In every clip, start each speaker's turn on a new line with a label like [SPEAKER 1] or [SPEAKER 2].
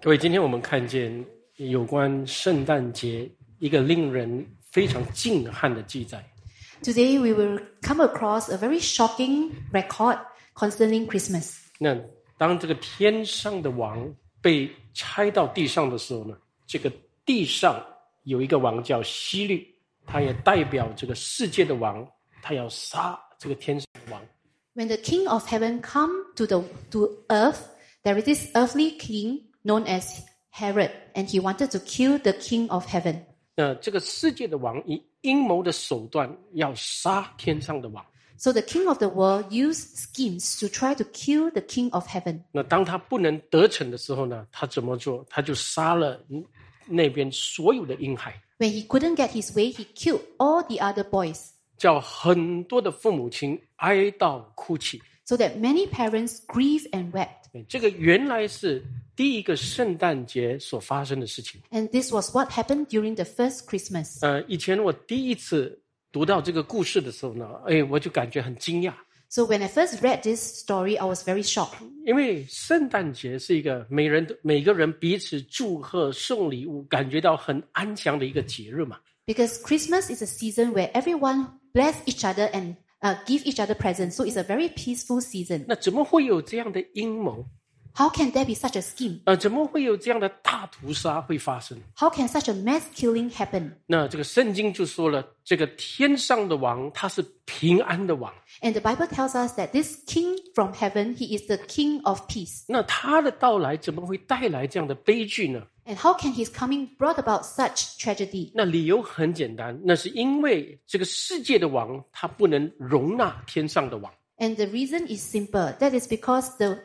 [SPEAKER 1] 各位，今天我们看见有关圣诞节一个令人非常震撼的记载。
[SPEAKER 2] Today we will come across a very shocking record concerning Christmas.
[SPEAKER 1] 那当这个天上的王被拆到地上的时候呢，这个地上有一个王叫希律，他也代表这个世界的王，他要杀这个天上的王。
[SPEAKER 2] When the King of Heaven come to the to earth, there is this earthly king known as Herod, and he wanted to kill the King of Heaven.
[SPEAKER 1] 那这个世界的王以阴谋的手段要杀天上的王。
[SPEAKER 2] So the King of the world used schemes to try to kill the King of Heaven.
[SPEAKER 1] 那当他不能得逞的时候呢，他怎么做？他就杀了那边所有的婴孩，
[SPEAKER 2] When he couldn't get his way, he killed all the other boys,
[SPEAKER 1] 叫很多的父母亲哀悼哭泣。哎
[SPEAKER 2] so that many parents grieved and wept.
[SPEAKER 1] 这个原来是第一个圣诞节所发生的事情。
[SPEAKER 2] And this was what happened during the first Christmas.
[SPEAKER 1] 呃，以前我第一次读到这个故事的时候呢，哎，我就感觉很惊讶，
[SPEAKER 2] So when I first read this story, I was very shocked
[SPEAKER 1] 因为圣诞节是一个每人每个人彼此祝贺、送礼物，感觉到很安详的一个节日嘛。
[SPEAKER 2] because Christmas is a season where everyone bless each other and uh, give each other presents. So it's a very peaceful season.
[SPEAKER 1] 那怎么会有这样的阴谋？
[SPEAKER 2] How can there be such a scheme?
[SPEAKER 1] 呃，怎么会有这样的大屠杀会发生？
[SPEAKER 2] How can such a mass killing happen?
[SPEAKER 1] 那这个圣经就说了，这个天上的王他是平安的王，
[SPEAKER 2] And the Bible tells us that this king from heaven, he is the king of peace.
[SPEAKER 1] 那他的到来怎么会带来这样的悲剧呢？
[SPEAKER 2] And how can his coming brought about such tragedy?
[SPEAKER 1] 那理由很简单，那是因为这个世界的王他不能容纳天上的王，
[SPEAKER 2] And the reason is simple. That is because the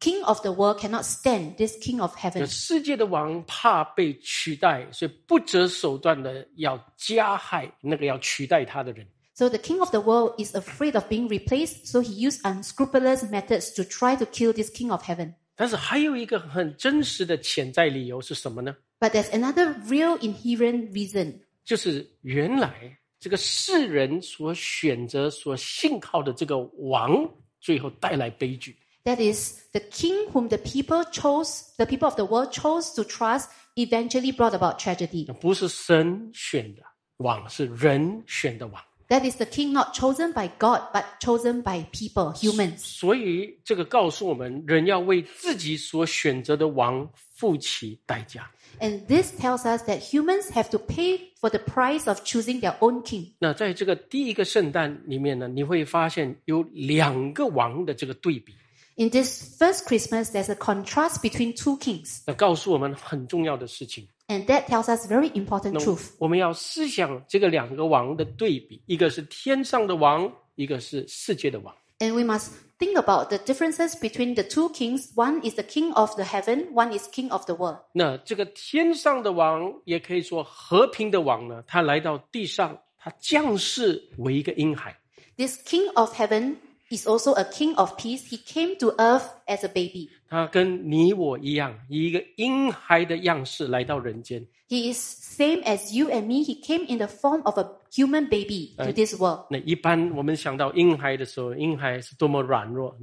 [SPEAKER 2] king of the world cannot stand this king of
[SPEAKER 1] 那
[SPEAKER 2] heaven.
[SPEAKER 1] 世界的王怕被取代，所以不择手段的要加害那个要取代他的人。
[SPEAKER 2] So the king of the world is afraid of being replaced, so he used unscrupulous methods to try to kill this king of heaven.
[SPEAKER 1] 但是还有一个很真实的潜在理由是什么呢？
[SPEAKER 2] But there's another real inherent reason.
[SPEAKER 1] 就是原来这个世人所选择、所信靠的这个王，最后带来悲剧。
[SPEAKER 2] That is, the king whom the people chose, the people of the world chose to trust, eventually brought about tragedy.
[SPEAKER 1] 那不是神选的王，是人选的王。
[SPEAKER 2] That is the king not chosen by God, but chosen by people, humans.
[SPEAKER 1] 所以这个告诉我们，人要为自己所选择的王付起代价。
[SPEAKER 2] And this tells us that humans have to pay for the price of choosing their own king.
[SPEAKER 1] 那在这个第一个圣诞里面呢，你会发现有两个王的这个对比，
[SPEAKER 2] In this first Christmas, there's a contrast between two kings.
[SPEAKER 1] 那告诉我们很重要的事情。
[SPEAKER 2] And that tells us very important
[SPEAKER 1] 那
[SPEAKER 2] truth.
[SPEAKER 1] 我们要思想这个两个王的对比，一个是天上的王，一个是世界的王。
[SPEAKER 2] And we must think about the differences between the two kings. One is the king of the heaven, one is king of the world.
[SPEAKER 1] 那这个天上的王，也可以说和平的王呢，他来到地上，他降世为一个婴孩。
[SPEAKER 2] This king of heaven is also a king of peace. He came to earth as a baby.
[SPEAKER 1] 他跟你我一样，以一个婴孩的样式来到人间。
[SPEAKER 2] He is same as you and me. He came in the form of a human baby to
[SPEAKER 1] Right.
[SPEAKER 2] this world.
[SPEAKER 1] 那一般我们想到婴孩的时候，婴孩是多么软弱，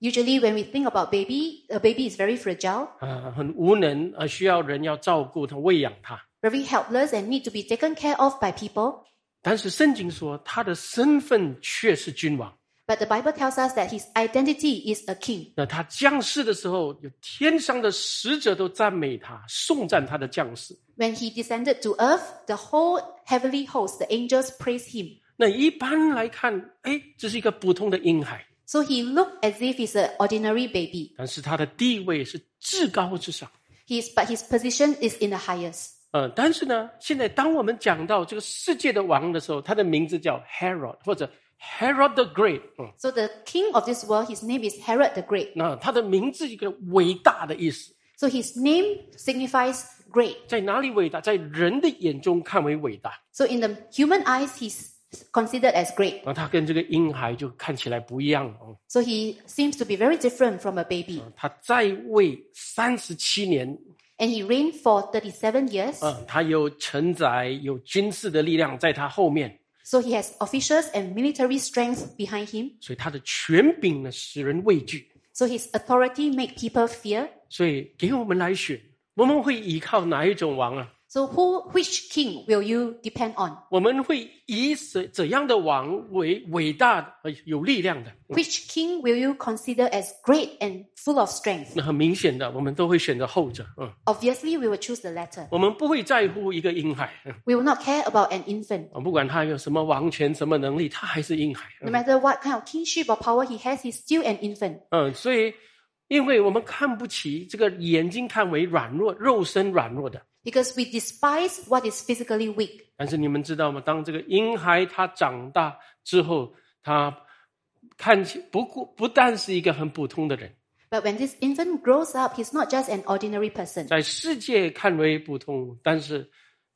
[SPEAKER 2] Usually when we think about baby, a baby is very fragile,
[SPEAKER 1] 啊、很无能，啊，需要人要照顾他、喂养他。
[SPEAKER 2] very helpless and need to be taken care of by people.
[SPEAKER 1] 但是圣经说，他的身份却是君王。
[SPEAKER 2] But the Bible tells us that his identity is a king.
[SPEAKER 1] 那他降世的时候，有天上的使者都赞美他，颂赞他的降世。
[SPEAKER 2] When he descended to earth, the whole heavenly host, the angels praised him.
[SPEAKER 1] 那一般来看，哎，这是一个普通的婴孩，
[SPEAKER 2] So he looked as if he's an ordinary baby.
[SPEAKER 1] 但是他的地位是至高之上。
[SPEAKER 2] He's, but his position is in the highest.
[SPEAKER 1] 呃，但是呢，现在当我们讲到这个世界的王的时候，他的名字叫 Herod 或者 Herod the Great，嗯，
[SPEAKER 2] So the king of this world, his name is Herod the Great.
[SPEAKER 1] 那他的名字一个伟大的意思，
[SPEAKER 2] So his name signifies great.
[SPEAKER 1] 在哪里伟大？在人的眼中看为伟大，
[SPEAKER 2] So in the human eyes, he's considered as great.
[SPEAKER 1] 那他跟这个婴孩就看起来不一样了哦。
[SPEAKER 2] So he seems to be very different from a baby.
[SPEAKER 1] 他在位三十七年，
[SPEAKER 2] And he reigned for 37 years.
[SPEAKER 1] 啊、他有承载有军事的力量在他后面，
[SPEAKER 2] So he has officials and military strength behind him.
[SPEAKER 1] 所以他的权柄呢使人畏惧。
[SPEAKER 2] So his authority made people fear.
[SPEAKER 1] 所以给我们来选，我们会依靠哪一种王啊？
[SPEAKER 2] So who, which king will you depend on?
[SPEAKER 1] 我们会以怎怎样的王为伟大的呃有力量的？
[SPEAKER 2] Which king will you consider as great and full of strength?
[SPEAKER 1] 那很明显的，我们都会选择后者。嗯，
[SPEAKER 2] Obviously, we will choose the latter.
[SPEAKER 1] 我们不会在乎一个婴孩，嗯
[SPEAKER 2] We will not care about an infant.
[SPEAKER 1] 啊，不管他有什么王权、什么能力，他还是婴孩。嗯
[SPEAKER 2] No matter what kind of kingship or power he has, he's still an infant.
[SPEAKER 1] 嗯，所以，因为我们看不起这个眼睛看为软弱、肉身软弱的。
[SPEAKER 2] Because we despise what is physically weak.
[SPEAKER 1] 但是你们知道吗？当这个婴孩他长大之后，他看起不过不但是一个很普通的人，
[SPEAKER 2] But when this infant grows up, he's not just an ordinary person.
[SPEAKER 1] 在世界看为普通，但是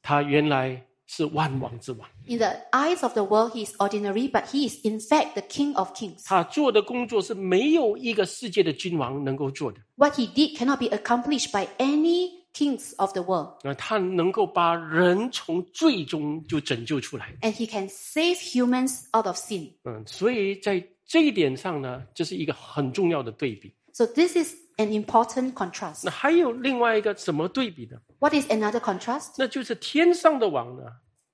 [SPEAKER 1] 他原来是万王之王。
[SPEAKER 2] In the eyes of the world, he is ordinary, but he is in fact the king of kings.
[SPEAKER 1] 他做的工作是没有一个世界的君王能够做的。
[SPEAKER 2] What he did cannot be accomplished by any kings of the world.
[SPEAKER 1] 那他能够把人从最终就拯救出来。
[SPEAKER 2] And he can save humans out of sin.
[SPEAKER 1] 嗯，所以在这一点上呢，这是一个很重要的对比。
[SPEAKER 2] So this is an important contrast.
[SPEAKER 1] 那还有另外一个怎么对比呢？
[SPEAKER 2] What is another contrast?
[SPEAKER 1] 那就是天上的王呢，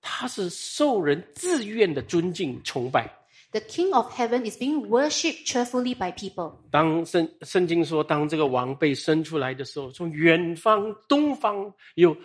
[SPEAKER 1] 他是受人自愿的尊敬崇拜。
[SPEAKER 2] The king of heaven is being worshipped cheerfully by people.
[SPEAKER 1] 当圣圣经说，当这个王被生出来的时候，从远方东方有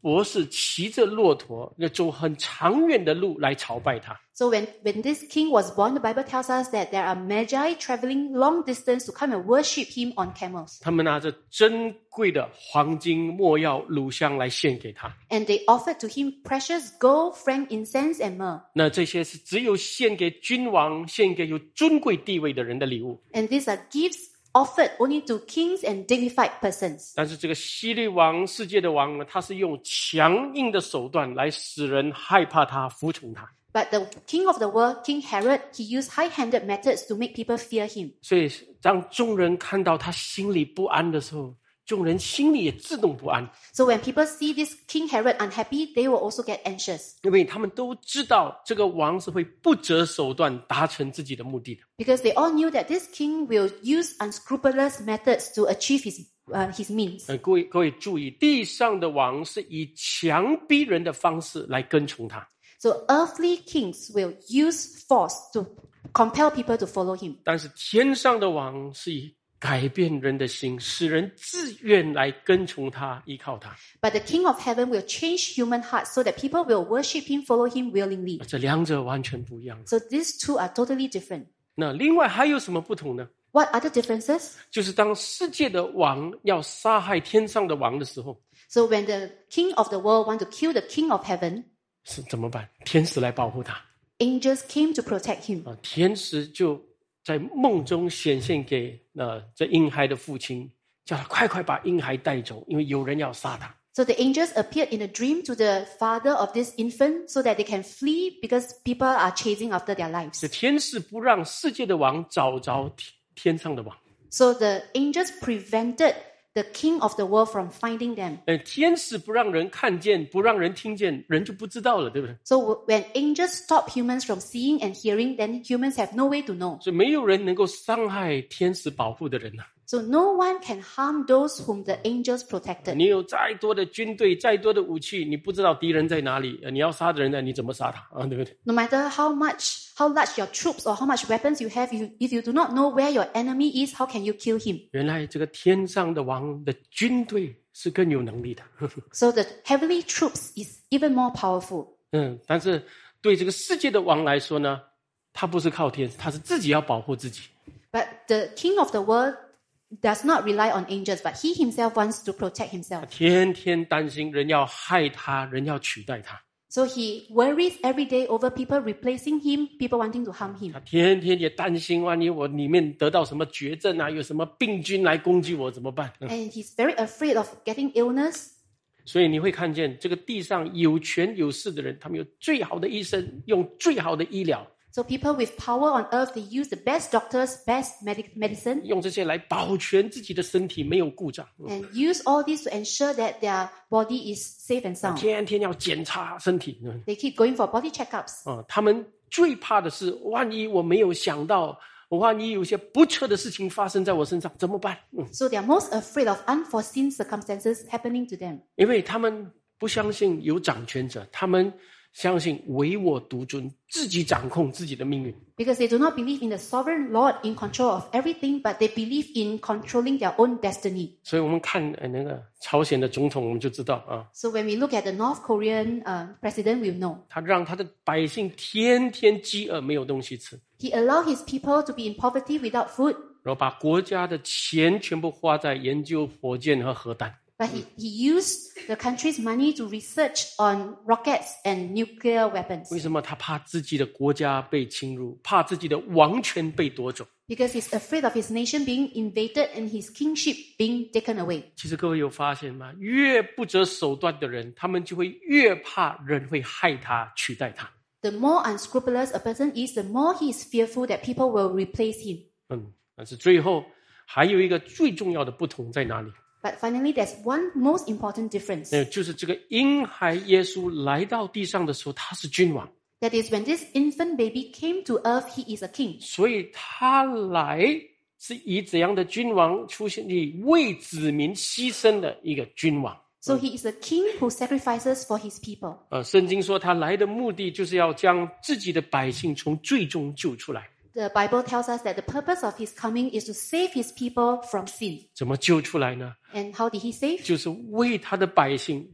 [SPEAKER 1] 博士骑着骆驼，要走很长远的路来朝拜他。
[SPEAKER 2] So when, when this king was born, the Bible tells us that there are magi traveling long distance to come and worship him on camels.
[SPEAKER 1] 他们拿着珍贵的黄金、墨药、乳香来献给他。
[SPEAKER 2] And they offered to him precious gold, frank incense, and myrrh.
[SPEAKER 1] 那这些是只有献给君王、献给有尊贵地位的人的礼物。
[SPEAKER 2] And these are gifts offered only to kings and dignified persons.
[SPEAKER 1] 但是这个希律王、世界的王呢，他是用强硬的手段来使人害怕他、服从他。
[SPEAKER 2] But the king of the world, King Herod, he used high-handed methods to make people fear him.
[SPEAKER 1] 所以，当众人看到他心里不安的时候，众人心里也自动不安，
[SPEAKER 2] So when people see this King Herod unhappy, they will also get anxious
[SPEAKER 1] 因为他们都知道这个王是会不择手段达成自己的目的的。
[SPEAKER 2] because they all knew that this king will use unscrupulous methods to achieve his uh, his means.
[SPEAKER 1] 呃，各位各位注意，地上的王是以强逼人的方式来跟从他，
[SPEAKER 2] So earthly kings will use force to compel people to follow him.
[SPEAKER 1] 但是天上的王是以改变人的心，使人自愿来跟从他、依靠他。
[SPEAKER 2] But the king of heaven will change human hearts so that people will worship him, follow him willingly.
[SPEAKER 1] 这两者完全不一样。
[SPEAKER 2] So these two are totally different.
[SPEAKER 1] 那另外还有什么不同呢？
[SPEAKER 2] What are the differences?
[SPEAKER 1] 就是当世界的王要杀害天上的王的时候，
[SPEAKER 2] So when the king of the world want to kill the king of heaven,
[SPEAKER 1] 是怎么办？天使来保护他
[SPEAKER 2] angels came to protect him.
[SPEAKER 1] 啊！天使就在梦中显现给呃这婴孩的父亲，叫他快快把婴孩带走，因为有人要杀他。
[SPEAKER 2] So the angels appeared in a dream to the father of this infant so that they can flee because people are chasing after their
[SPEAKER 1] 这
[SPEAKER 2] lives.
[SPEAKER 1] 天使不让世界的王找着天天上的王，
[SPEAKER 2] So the angels prevented the king of the world from finding them.
[SPEAKER 1] 呃，天使不让人看见，不让人听见，人就不知道了，对不对？
[SPEAKER 2] So w- when angels stop humans from seeing and hearing, then humans have no way to know.
[SPEAKER 1] 所以没有人能够伤害天使保护的人啊呐、
[SPEAKER 2] So no one can harm those whom the angels protected.
[SPEAKER 1] 你有再多的军队，再多的武器，你不知道敌人在哪里，呃你要杀的人呢，你怎么杀他啊？对不对？
[SPEAKER 2] No matter how much, how large your troops or how much weapons you have, you, if you do not know where your enemy is, how can you kill him?
[SPEAKER 1] 原来这个天上的王的军队是更有能力的，
[SPEAKER 2] So the heavenly troops is even more powerful.
[SPEAKER 1] 嗯，但是对这个世界的王来说呢，他不是靠天使，他是自己要保护自己。
[SPEAKER 2] But the king of the world does not rely on angels, but he himself wants to protect
[SPEAKER 1] 他
[SPEAKER 2] himself.
[SPEAKER 1] 天天担心人要害他，人要取代他，
[SPEAKER 2] So he worries every day over people replacing him, people wanting to harm him.
[SPEAKER 1] 他天天也担心，万一我里面得到什么绝症啊，有什么病菌来攻击我怎么办？嗯
[SPEAKER 2] And he's very afraid of getting illness.
[SPEAKER 1] 所以你会看见这个地上有权有势的人，他们有最好的医生，用最好的医疗，
[SPEAKER 2] So people with power on earth, they use the best doctors, best medic- medicine,
[SPEAKER 1] 用这些来保全自己的身体没有故障，嗯
[SPEAKER 2] and use all this to ensure that their body is safe and sound.
[SPEAKER 1] 天天要检查身体。啊嗯
[SPEAKER 2] They keep going for body checkups.
[SPEAKER 1] 啊、他们最怕的是，万一我没有想到，我万一有些不测的事情发生在我身上怎么办？嗯，
[SPEAKER 2] So they are most afraid of unforeseen circumstances happening to them
[SPEAKER 1] 因为他们不相信有掌权者，他们相信唯我独尊，自己掌控自己的命运。
[SPEAKER 2] because they do not believe in the sovereign Lord in control of everything, but they believe in controlling their own destiny.
[SPEAKER 1] 所以我们看呃那个朝鲜的总统，我们就知道啊，
[SPEAKER 2] So when we look at the North Korean uh, president, we'll know.
[SPEAKER 1] 他让他的百姓天天饥饿，没有东西吃，
[SPEAKER 2] He allowed his people to be in poverty without food,
[SPEAKER 1] 然后把国家的钱全部花在研究火箭和核弹。
[SPEAKER 2] but he, he used the country's money to research on rockets and nuclear
[SPEAKER 1] 为
[SPEAKER 2] weapons
[SPEAKER 1] 什么他怕自己的国家被侵入，怕自己的王权被夺走？
[SPEAKER 2] because he's afraid of his nation being invaded and his kingship being taken away.
[SPEAKER 1] 其实各位有发现吗？越不择手段的人，他们就会越怕人会害他、取代他。
[SPEAKER 2] The more unscrupulous a person is, the more he is fearful that people will replace him.
[SPEAKER 1] 嗯，但是最后还有一个最重要的不同在哪里？
[SPEAKER 2] But finally, there's one most important difference.
[SPEAKER 1] 那就是这个婴孩耶稣来到地上的时候，他是君王，
[SPEAKER 2] That is, when this infant baby came to earth, he is a king.
[SPEAKER 1] 所以他来是以怎样的君王出现？你为子民牺牲的一个君王。
[SPEAKER 2] So he is a king who sacrifices for his people.
[SPEAKER 1] 呃，圣经说他来的目的就是要将自己的百姓从最终救出来。
[SPEAKER 2] The Bible tells us that the purpose of his coming is to save his people from sin.
[SPEAKER 1] 怎么救出来呢？
[SPEAKER 2] And how did he save?
[SPEAKER 1] 就是为他的百姓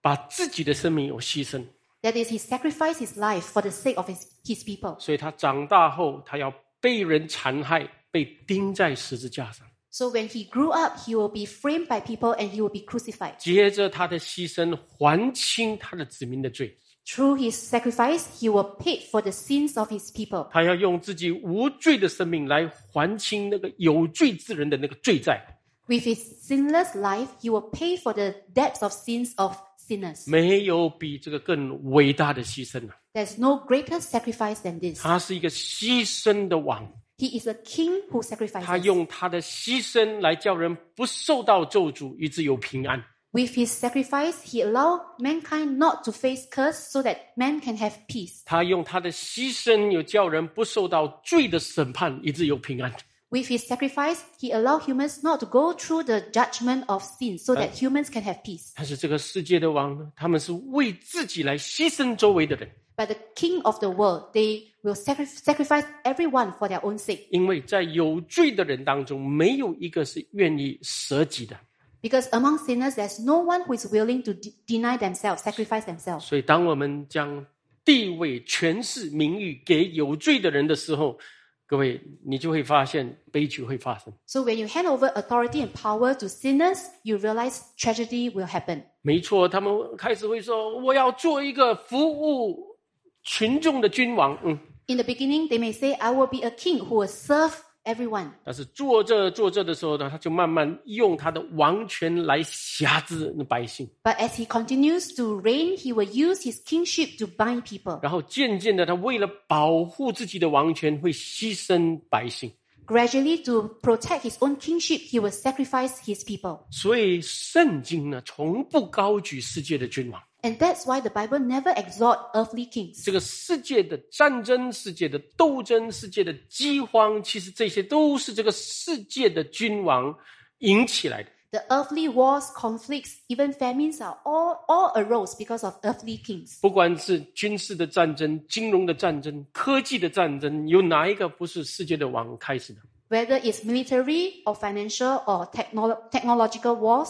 [SPEAKER 1] 把自己的生命有牺牲。
[SPEAKER 2] That is, he sacrificed his life for the sake of his, his people.
[SPEAKER 1] 所以他长大后，他要被人残害，被钉在十字架上。
[SPEAKER 2] So when he grew up, he will be framed by people and he will be crucified.
[SPEAKER 1] 接着他的牺牲还清他的子民的罪，
[SPEAKER 2] Through his sacrifice, he will pay for the sins of his people.
[SPEAKER 1] 他要用自己无罪的生命来还清那个有罪之人的那个罪债。
[SPEAKER 2] With his sinless life, he will pay for the debts of sins of sinners.
[SPEAKER 1] 没有比这个更伟大的牺牲了、啊
[SPEAKER 2] There's no greater sacrifice than this.
[SPEAKER 1] 他是一个牺牲的王，
[SPEAKER 2] He is a king who
[SPEAKER 1] 他
[SPEAKER 2] sacrifices.
[SPEAKER 1] 用他的牺牲来叫人不受到咒诅，以致有平安。
[SPEAKER 2] With his sacrifice, he allowed mankind not to face curse so that man can have peace.
[SPEAKER 1] 他用他的牺牲，有叫人不受到罪的审判，以致有平安。
[SPEAKER 2] With his sacrifice, he allowed humans not to go through the judgment of sin so that humans can have peace.
[SPEAKER 1] 但是这个世界的王呢，他们是为自己来牺牲周围的人，
[SPEAKER 2] But the king of the world, they will sacri- sacrifice everyone for their own sake.
[SPEAKER 1] 因为在有罪的人当中，没有一个是愿意舍己的。
[SPEAKER 2] Because among sinners, there's no one who is willing to de- deny themselves, sacrifice themselves.
[SPEAKER 1] 所以，当我们将地位、权势、名誉给有罪的人的时候，各位，你就会发现悲剧会发生。
[SPEAKER 2] So when you hand over authority and power to sinners, you realize tragedy will happen.
[SPEAKER 1] 没错，他们开始会说：“我要做一个服务群众的君王。”嗯，
[SPEAKER 2] In the beginning, they may say, I will be a king who will serve everyone.
[SPEAKER 1] 但是做这做这的时候呢，他就慢慢用他的王权来辖制那百姓，
[SPEAKER 2] But as he continues to reign, he will use his kingship to bind people.
[SPEAKER 1] 然后渐渐的，他为了保护自己的王权，会牺牲百姓。
[SPEAKER 2] Gradually, to protect his own kingship, he will sacrifice his people.
[SPEAKER 1] 所以圣经呢，从不高举世界的君王。
[SPEAKER 2] And that's why the Bible never exhort earthly kings.
[SPEAKER 1] 这个世界的战争、世界的斗争、世界的饥荒，其实这些都是这个世界的君王引起来的。
[SPEAKER 2] The earthly wars, conflicts, even famines are all, all arose because of earthly kings.
[SPEAKER 1] 不管是军事的战争、金融的战争、科技的战争，有哪一个不是世界的王开始的？
[SPEAKER 2] Whether it's military or financial or techno- technological wars,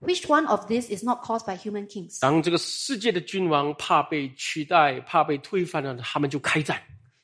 [SPEAKER 2] which one of these is not caused by human kings?
[SPEAKER 1] 当这个世界的君王怕被取代、怕被推翻了，他们就开战。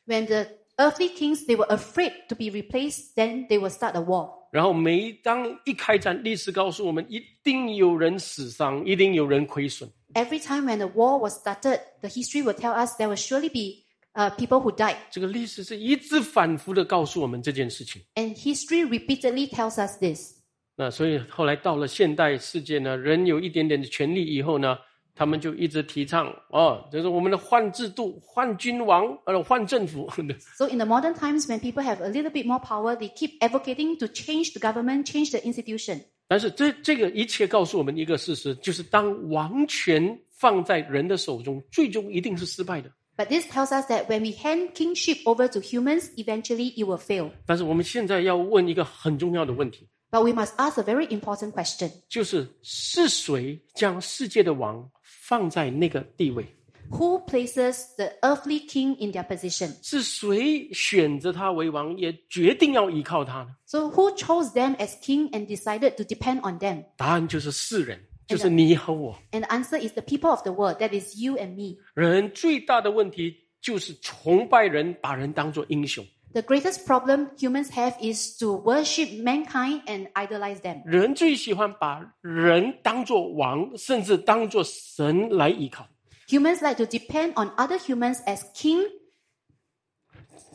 [SPEAKER 2] When the earthly kings they were afraid to be replaced, then they will start a war.
[SPEAKER 1] 然后每当一开战，历史告诉我们，一定有人死伤，一定有人亏损。
[SPEAKER 2] Every time when a war was started, the history will tell us there will surely be uh, people who died,
[SPEAKER 1] 这个历史是一直反复的告诉我们这件事情。
[SPEAKER 2] and history repeatedly tells us this.
[SPEAKER 1] 那所以后来到了现代世界呢，人有一点点的权利以后呢，他们就一直提倡哦，就是我们的换制度、换君王、呃换政府。
[SPEAKER 2] So in the modern times, when people have a little bit more power, they keep advocating to change the government, change the institution.
[SPEAKER 1] 但是这这个一切告诉我们一个事实，就是当王权放在人的手中，最终一定是失败的。
[SPEAKER 2] But this tells us that when we hand kingship over to humans, eventually it will fail.
[SPEAKER 1] 但是我们现在要问一个很重要的问题，
[SPEAKER 2] But we must ask a very important question.
[SPEAKER 1] 就是是谁将世界的王放在那个地位？
[SPEAKER 2] Who places the earthly king in their position?
[SPEAKER 1] 是谁选择他为王，也决定要依靠他呢？
[SPEAKER 2] So who chose them as king and decided to depend on them?
[SPEAKER 1] 答案就是世人，就是你和我。
[SPEAKER 2] And the answer is the people of the world, that is you and me.
[SPEAKER 1] 人最大的问题就是崇拜人，把人当作英雄。
[SPEAKER 2] The greatest problem humans have is to worship mankind and idolize them.
[SPEAKER 1] 人最喜欢把人当作王，甚至当作神来依靠。
[SPEAKER 2] Humans like to depend on other humans as king,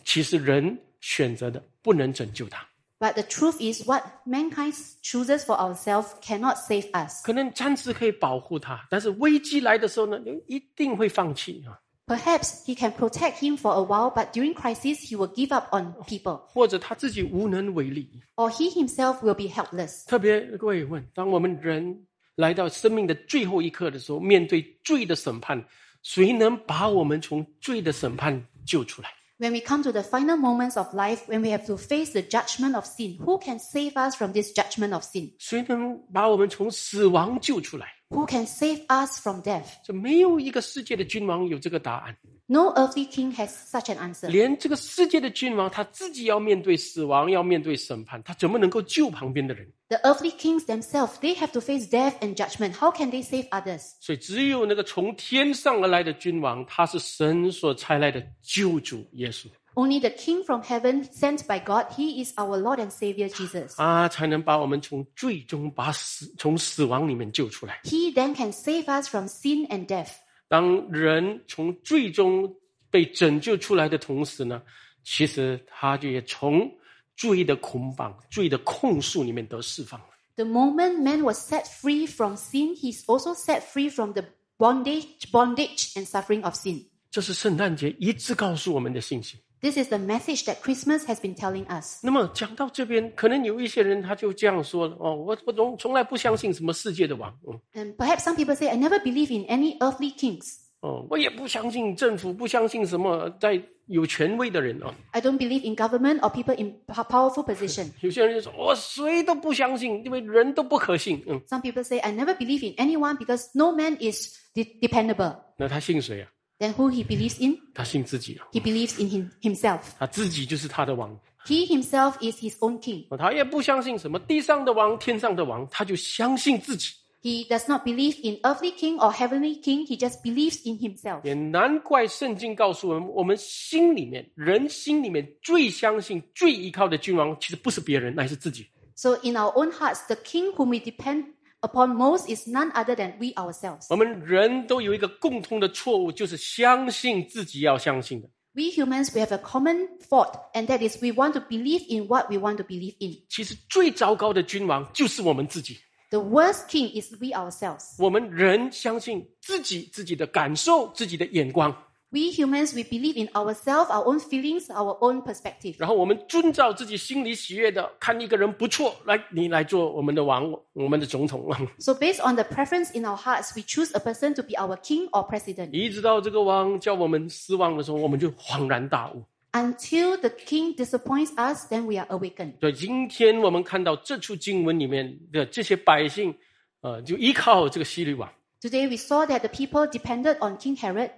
[SPEAKER 1] 其实人选择的不能拯救他，
[SPEAKER 2] but the truth is what mankind chooses for ourselves cannot save us.
[SPEAKER 1] 可能暂时可以保护他，但是危机来的时候呢，就一定会放弃啊，
[SPEAKER 2] Perhaps he can protect him for a while, but during crisis he will give up on people,
[SPEAKER 1] 或者他自己无能为力。
[SPEAKER 2] or he himself will be helpless.
[SPEAKER 1] 特别各位问，当我们人来到生命的最后一刻的时候，面对罪的审判，谁能把我们从罪的审判救出来？
[SPEAKER 2] When we come to the final moments of life, when we have to face the judgment of sin, who can save us from this judgment of sin?
[SPEAKER 1] 谁能把我们从死亡救出来？
[SPEAKER 2] Who can save us from death?
[SPEAKER 1] 这没有一个世界的君王有这个答案，
[SPEAKER 2] No earthly king has such an answer.
[SPEAKER 1] 连这个世界的君王他自己要面对死亡，要面对审判，他怎么能够救旁边的人？
[SPEAKER 2] The earthly kings themselves, they have to face death and judgment. How can they save others?
[SPEAKER 1] 所以，只有那个从天上而来的君王，他是神所差来的救主耶稣
[SPEAKER 2] Only the King from heaven, sent by God, he is our Lord and Savior Jesus.
[SPEAKER 1] 啊，才能把我们从最终把死从死亡里面救出来。
[SPEAKER 2] He then can save us from sin and death.
[SPEAKER 1] 当人从最终被拯救出来的同时呢，其实他就也从罪的捆绑、罪的控诉里面得释放了。
[SPEAKER 2] The moment man was set free from sin, he is also set free from the bondage, bondage and suffering of sin.
[SPEAKER 1] 这是圣诞节一直告诉我们的信息。
[SPEAKER 2] This is the message that Christmas has been telling us.
[SPEAKER 1] 那么讲到这边，可能有一些人他就这样说了：“哦，我我从从来不相信什么世界的王，嗯，
[SPEAKER 2] And perhaps some people say, I never believe in any earthly kings.
[SPEAKER 1] 哦，我也不相信政府，不相信什么在有权威的人哦。
[SPEAKER 2] I don't believe in government or people in po- powerful position.
[SPEAKER 1] 有些人就说：“我谁都不相信，因为人都不可信。”嗯，
[SPEAKER 2] Some people say, I never believe in anyone because no man is de- dependable.
[SPEAKER 1] 那他信谁啊？
[SPEAKER 2] Then who he believes in?
[SPEAKER 1] 他信自己啊，
[SPEAKER 2] He believes in him, himself.
[SPEAKER 1] 他自己就是他的王。
[SPEAKER 2] He himself is his own king.
[SPEAKER 1] 哦他也不相信什么地上的王、天上的王，他就相信自己。
[SPEAKER 2] He does not believe in earthly king or heavenly king. He just believes in himself.
[SPEAKER 1] 也难怪圣经告诉我们，我们心里面、人心里面最相信、最依靠的君王，其实不是别人，乃是自己。
[SPEAKER 2] So in our own hearts, the king whom we depend upon most is none other than we ourselves.
[SPEAKER 1] 我们人都有一个共通的错误，就是相信自己要相信的。
[SPEAKER 2] We humans, we have a common fault, and that is we want to believe in what we want to believe in.
[SPEAKER 1] 其实最糟糕的君王就是我们自己。
[SPEAKER 2] The worst king is we ourselves.
[SPEAKER 1] 我们人相信自己、自己的感受、自己的眼光，
[SPEAKER 2] We humans, we believe in ourselves, our own feelings, our own perspective.
[SPEAKER 1] 然后我们遵照自己心里喜悦的，看一个人不错，来你来做我们的王、我们的总统。
[SPEAKER 2] So based on the preference in our hearts, we choose a person to be our king or president.
[SPEAKER 1] 一直到这个王叫我们失望的时候，我们就恍然大悟。
[SPEAKER 2] Until the king disappoints us, then we are awakened.
[SPEAKER 1] 所以今天我们看到这处经文里面的这些百姓，呃，就依靠这个希律王，
[SPEAKER 2] Today we saw that the people depended on King Herod,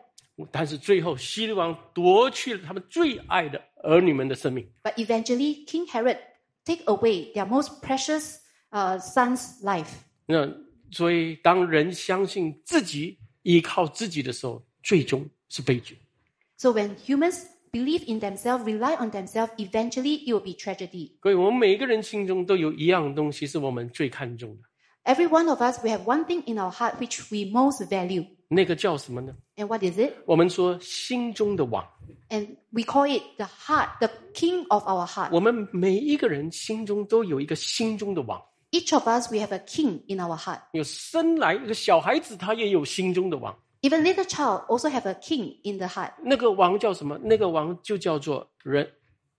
[SPEAKER 1] 但是最后希律王夺去了他们最爱的儿女们的生命。
[SPEAKER 2] but eventually King Herod take away their most precious uh, son's life.
[SPEAKER 1] 那所以当人相信自己、依靠自己的时候，最终是悲剧。
[SPEAKER 2] So when humans believe in themselves, rely on themselves, eventually it will be tragedy.
[SPEAKER 1] 所以我们每个人心中都有一样东西是我们最看重的，
[SPEAKER 2] Every one of us, we have one thing in our heart which we most value.
[SPEAKER 1] 那个叫什么呢？
[SPEAKER 2] And what is it?
[SPEAKER 1] 我们说心中的王。
[SPEAKER 2] And we call it the heart, the king of our heart.
[SPEAKER 1] 我们每一个人心中都有一个心中的王，
[SPEAKER 2] Each of us, we have a king in our heart.
[SPEAKER 1] 有生来一个小孩子，他也有心中的王。
[SPEAKER 2] Even little child also have a king in the heart.
[SPEAKER 1] 那个王叫什么？那个王就叫做人，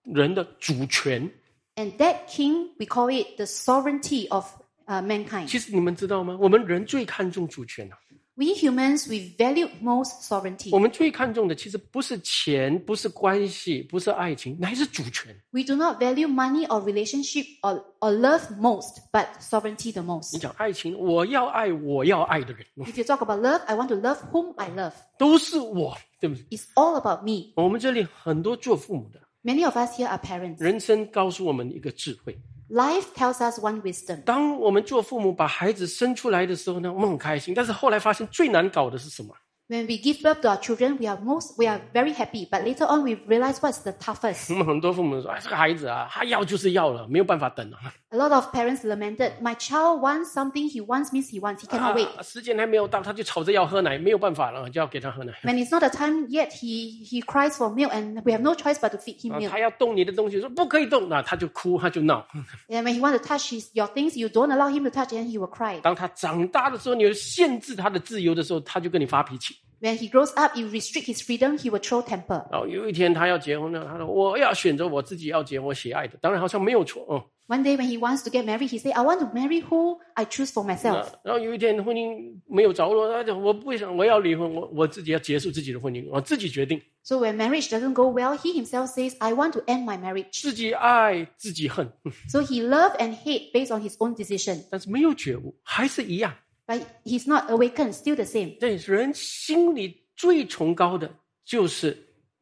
[SPEAKER 1] 人的主权。
[SPEAKER 2] And that king, we call it the sovereignty of uh, mankind.
[SPEAKER 1] 其实你们知道吗？我们人最看重主权啊。
[SPEAKER 2] We humans, we value most sovereignty.
[SPEAKER 1] 我们最看重的其实不是钱，不是关系，不是爱情，乃是主权。
[SPEAKER 2] We do not value money or relationship or, or love most, but sovereignty the
[SPEAKER 1] 你
[SPEAKER 2] most.
[SPEAKER 1] 讲爱情，我要爱我要爱的人，
[SPEAKER 2] If you talk about love, I want to love whom I love.
[SPEAKER 1] 都是我，对不对？
[SPEAKER 2] It's all about me.
[SPEAKER 1] 我们这里很多做父母的，
[SPEAKER 2] Many of us here are parents.
[SPEAKER 1] 人生告诉我们一个智慧：
[SPEAKER 2] Life tells us one wisdom.
[SPEAKER 1] 当我们做父母把孩子生出来的时候呢，我们很开心，但是后来发现最难搞的是什么？
[SPEAKER 2] When we give birth to our children, we are most we are very happy, but later on we realize what's the toughest.
[SPEAKER 1] 我们很多父母说：“哎，这个孩子啊，他要就是要了，没有办法等啊了。
[SPEAKER 2] A lot of parents lamented, my child wants something he wants means he wants, he cannot wait.
[SPEAKER 1] 啊，时间还没有到，他就吵着要喝奶，没有办法了，就要给他喝奶。
[SPEAKER 2] When it's not the time yet, he he cries for milk and we have no choice but to feed him
[SPEAKER 1] 啊，
[SPEAKER 2] milk.
[SPEAKER 1] 他要动你的东西，说不可以动，那他就哭，他就闹。
[SPEAKER 2] And when he wants to touch his, your things, you don't allow him to touch and he will cry.
[SPEAKER 1] 当他长大的时候，你限制他的自由的时候，他就跟你发脾气。
[SPEAKER 2] When he grows up, you restrict his freedom, he will throw temper.
[SPEAKER 1] 然后哦有一天他要结婚了，他说我要选择我自己要结我喜爱的，当然好像没有错哦。
[SPEAKER 2] One day when he wants to get married, he say, I want to marry who I choose for
[SPEAKER 1] 那
[SPEAKER 2] myself.
[SPEAKER 1] 然后有一天婚姻没有着落，他讲我不想我要离婚，我我自己要结束自己的婚姻，我自己决定，
[SPEAKER 2] So when marriage doesn't go well, he himself says, I want to end my marriage.
[SPEAKER 1] 自己爱自己恨，
[SPEAKER 2] So he love and hate based on his own decision.
[SPEAKER 1] 但是没有觉悟，还是一样。
[SPEAKER 2] But he's not awakened, still the same.
[SPEAKER 1] 对人心里最崇高的就是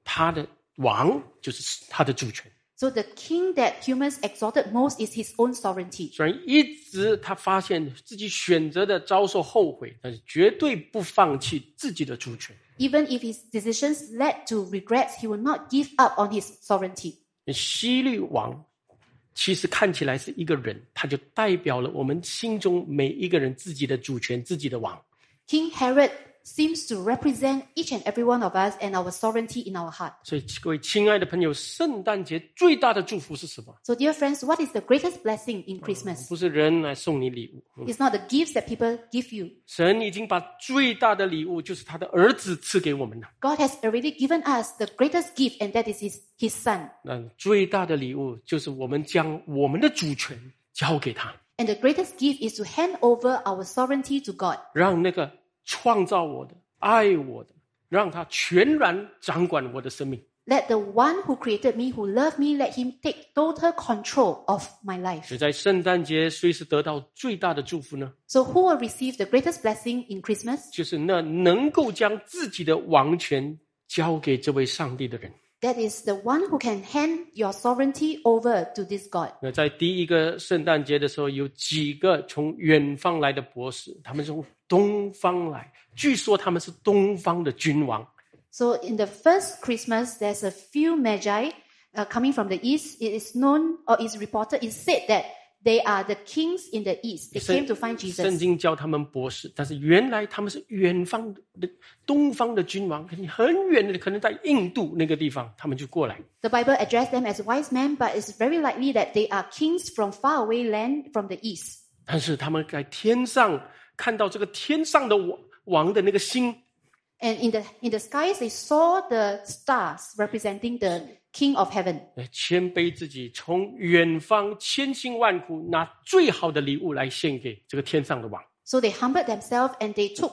[SPEAKER 1] 他的王，就是他的主权。
[SPEAKER 2] So the king that humans exalted most is his own sovereignty.
[SPEAKER 1] 虽然一直他发现自己选择的遭受后悔，但是绝对不放弃自己的主权。
[SPEAKER 2] Even if his decisions led to regrets, he will not give up on his sovereignty.
[SPEAKER 1] 希律王其实看起来是一个人，他就代表了我们心中每一个人自己的主权、自己的王。
[SPEAKER 2] King Herod seems to represent each and every one of us and our sovereignty in our heart.
[SPEAKER 1] 所以，各位亲爱的朋友，圣诞节最大的祝福是什么？
[SPEAKER 2] So, dear friends, what is the greatest blessing in Christmas?
[SPEAKER 1] 不是人来送你礼物，
[SPEAKER 2] It's not the gifts that people give you.
[SPEAKER 1] 神已经把最大的礼物，就是他的儿子赐给我们了。
[SPEAKER 2] God has already given us the greatest gift, and that is His, his Son.
[SPEAKER 1] 那最大的礼物就是我们将我们的主权交给他，
[SPEAKER 2] And the greatest gift is to hand over our sovereignty to God,
[SPEAKER 1] 让那个创造我的、爱我的，让他全然掌管我的生命。
[SPEAKER 2] Let the one who created me, who loved me, let him take total control of my life.
[SPEAKER 1] 所以在圣诞节，谁是得到最大的祝福呢？
[SPEAKER 2] So, who will receive the greatest blessing in Christmas?
[SPEAKER 1] 就是那能够将自己的王权交给这位上帝的人。
[SPEAKER 2] That is the one who can hand your sovereignty over to this God.
[SPEAKER 1] 那在第一个圣诞节的时候，有几个从远方来的博士，他们从东方来，据说他们是东方的君王。
[SPEAKER 2] So, in the first Christmas, there's a few magi uh, coming from the east. It is known or is reported, it's said that they are the kings in the east. They
[SPEAKER 1] 圣
[SPEAKER 2] came to
[SPEAKER 1] 圣
[SPEAKER 2] find Jesus.
[SPEAKER 1] 经教他们博士，但是原来他们是远方的东方的君王，很远的，可能在印度那个地方，他们就过来。
[SPEAKER 2] The Bible addressed them as wise men, but it's very likely that they are kings from faraway land from the east.
[SPEAKER 1] 但是他们在天上看到这个天上的王王的那个星，
[SPEAKER 2] And in the in the skies, they saw the stars representing the King of Heaven.
[SPEAKER 1] 来哎谦卑自己，从远方千辛万苦拿最好的礼物来献给这个天上的王。
[SPEAKER 2] So they humbled themselves and they took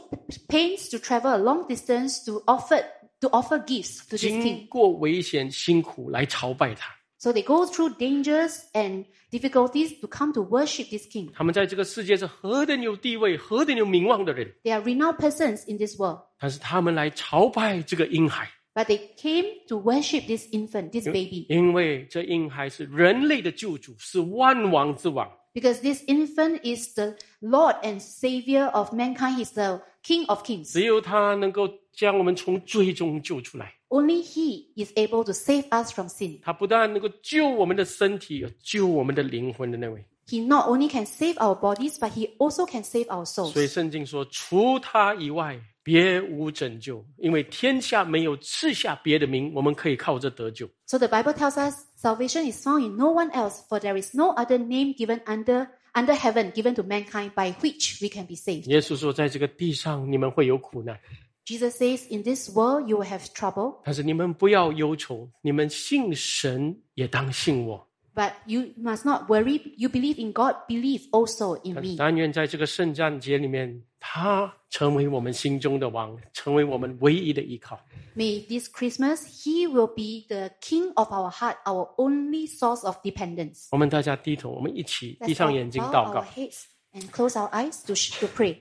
[SPEAKER 2] pains to travel a long distance to offer to offer gifts to this
[SPEAKER 1] 经
[SPEAKER 2] king.
[SPEAKER 1] 过危险辛苦来朝拜他，
[SPEAKER 2] So they go through dangers and difficulties to come to worship this king.
[SPEAKER 1] 他们在这个世界是何等有地位、何等有名望的人，
[SPEAKER 2] They are renowned persons in this world,
[SPEAKER 1] 但是他们来朝拜这个婴孩，
[SPEAKER 2] but they came to worship this infant, this baby,
[SPEAKER 1] 因为这婴孩是人类的救主，是万王之王。
[SPEAKER 2] because this infant is the Lord and Savior of mankind. He's the King of Kings.
[SPEAKER 1] 只有他能够将我们从罪中救出来。
[SPEAKER 2] Only He is able to save us from sin.
[SPEAKER 1] 他不但能够救我们的身体，救我们的灵魂的那位。
[SPEAKER 2] He not only can save our bodies, but he also can save our
[SPEAKER 1] 所以
[SPEAKER 2] souls.
[SPEAKER 1] 圣经说，除他以外，别无拯救，因为天下没有赐下别的名，我们可以靠着得救。
[SPEAKER 2] So the Bible tells us salvation is found in no one else, for there is no other name given under under heaven given to mankind by which we can be saved.
[SPEAKER 1] 耶稣说，在这个地上你们会有苦难，
[SPEAKER 2] Jesus says, In this world you will have trouble,
[SPEAKER 1] 但是你们不要忧愁，你们信神也当信我。
[SPEAKER 2] But you must not worry. You believe in God, believe also in
[SPEAKER 1] 但
[SPEAKER 2] me.
[SPEAKER 1] 但愿在这个圣诞节里面，他成为我们心中的王，成为我们唯一的依靠。
[SPEAKER 2] May this Christmas, He will be the King of our heart, our only source of dependence.
[SPEAKER 1] 我们大家低头，我们一起闭
[SPEAKER 2] Let's
[SPEAKER 1] 上
[SPEAKER 2] all
[SPEAKER 1] 眼睛
[SPEAKER 2] bow
[SPEAKER 1] 祷
[SPEAKER 2] our
[SPEAKER 1] 告。
[SPEAKER 2] heads and close our eyes to, sh- to pray.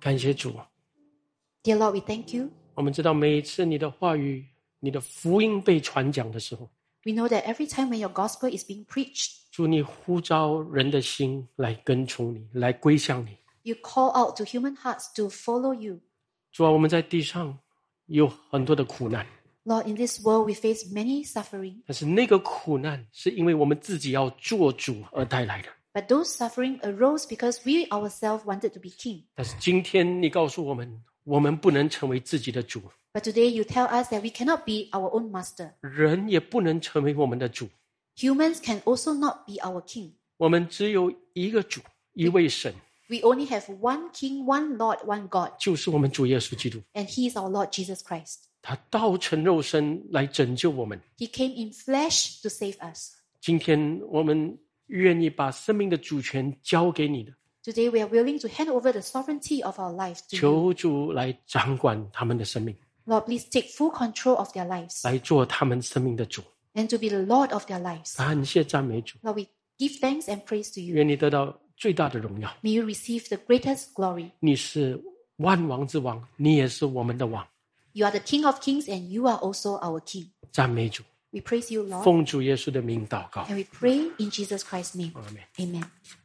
[SPEAKER 1] 感谢主，
[SPEAKER 2] Dear Lord, we thank you.
[SPEAKER 1] 我们知道每一次你的话语、你的福音被传讲的时候，
[SPEAKER 2] We know that every time when your gospel is being preached,
[SPEAKER 1] 主你呼召人的心来跟从你，来归向你。
[SPEAKER 2] you call out to human hearts to follow you.
[SPEAKER 1] 主啊，我们在地上有很多的苦难，
[SPEAKER 2] Lord, in this world we face many suffering,
[SPEAKER 1] 但是那个苦难是因为我们自己要做主而带来的。
[SPEAKER 2] but those suffering arose because we ourselves wanted to be king.
[SPEAKER 1] 但是今天你告诉我们，我们不能成为自己的主，
[SPEAKER 2] But today you tell us that we cannot be our own master.
[SPEAKER 1] 人也不能成为我们的主，
[SPEAKER 2] Humans can also not be our king.
[SPEAKER 1] 我们只有一个主，一位神，
[SPEAKER 2] We only have one king, one Lord, one God,
[SPEAKER 1] 就是我们主耶稣基督。
[SPEAKER 2] and he is our Lord Jesus Christ.
[SPEAKER 1] 他道成肉身来拯救我们。
[SPEAKER 2] He came in flesh to save us.
[SPEAKER 1] 今天我们愿意把生命的主权交给你的，
[SPEAKER 2] Today we are willing to hand over the sovereignty of our life to you.
[SPEAKER 1] 求主来掌管他们的生命，
[SPEAKER 2] Lord, please take full control of their lives
[SPEAKER 1] 来做他们生命的主。啊
[SPEAKER 2] and to be the Lord of their lives.
[SPEAKER 1] 感谢赞美主，
[SPEAKER 2] Lord, we give thanks and praise to you.
[SPEAKER 1] 愿你得到最大的荣耀。
[SPEAKER 2] May you receive the greatest glory.
[SPEAKER 1] 你是万王之王，你也是我们的王。
[SPEAKER 2] You are the King of kings and you are also our King.
[SPEAKER 1] 赞美主，
[SPEAKER 2] We praise you, Lord,
[SPEAKER 1] 奉主耶稣的名祷告，
[SPEAKER 2] and we pray in Jesus Christ's name.
[SPEAKER 1] 阿门。
[SPEAKER 2] Amen.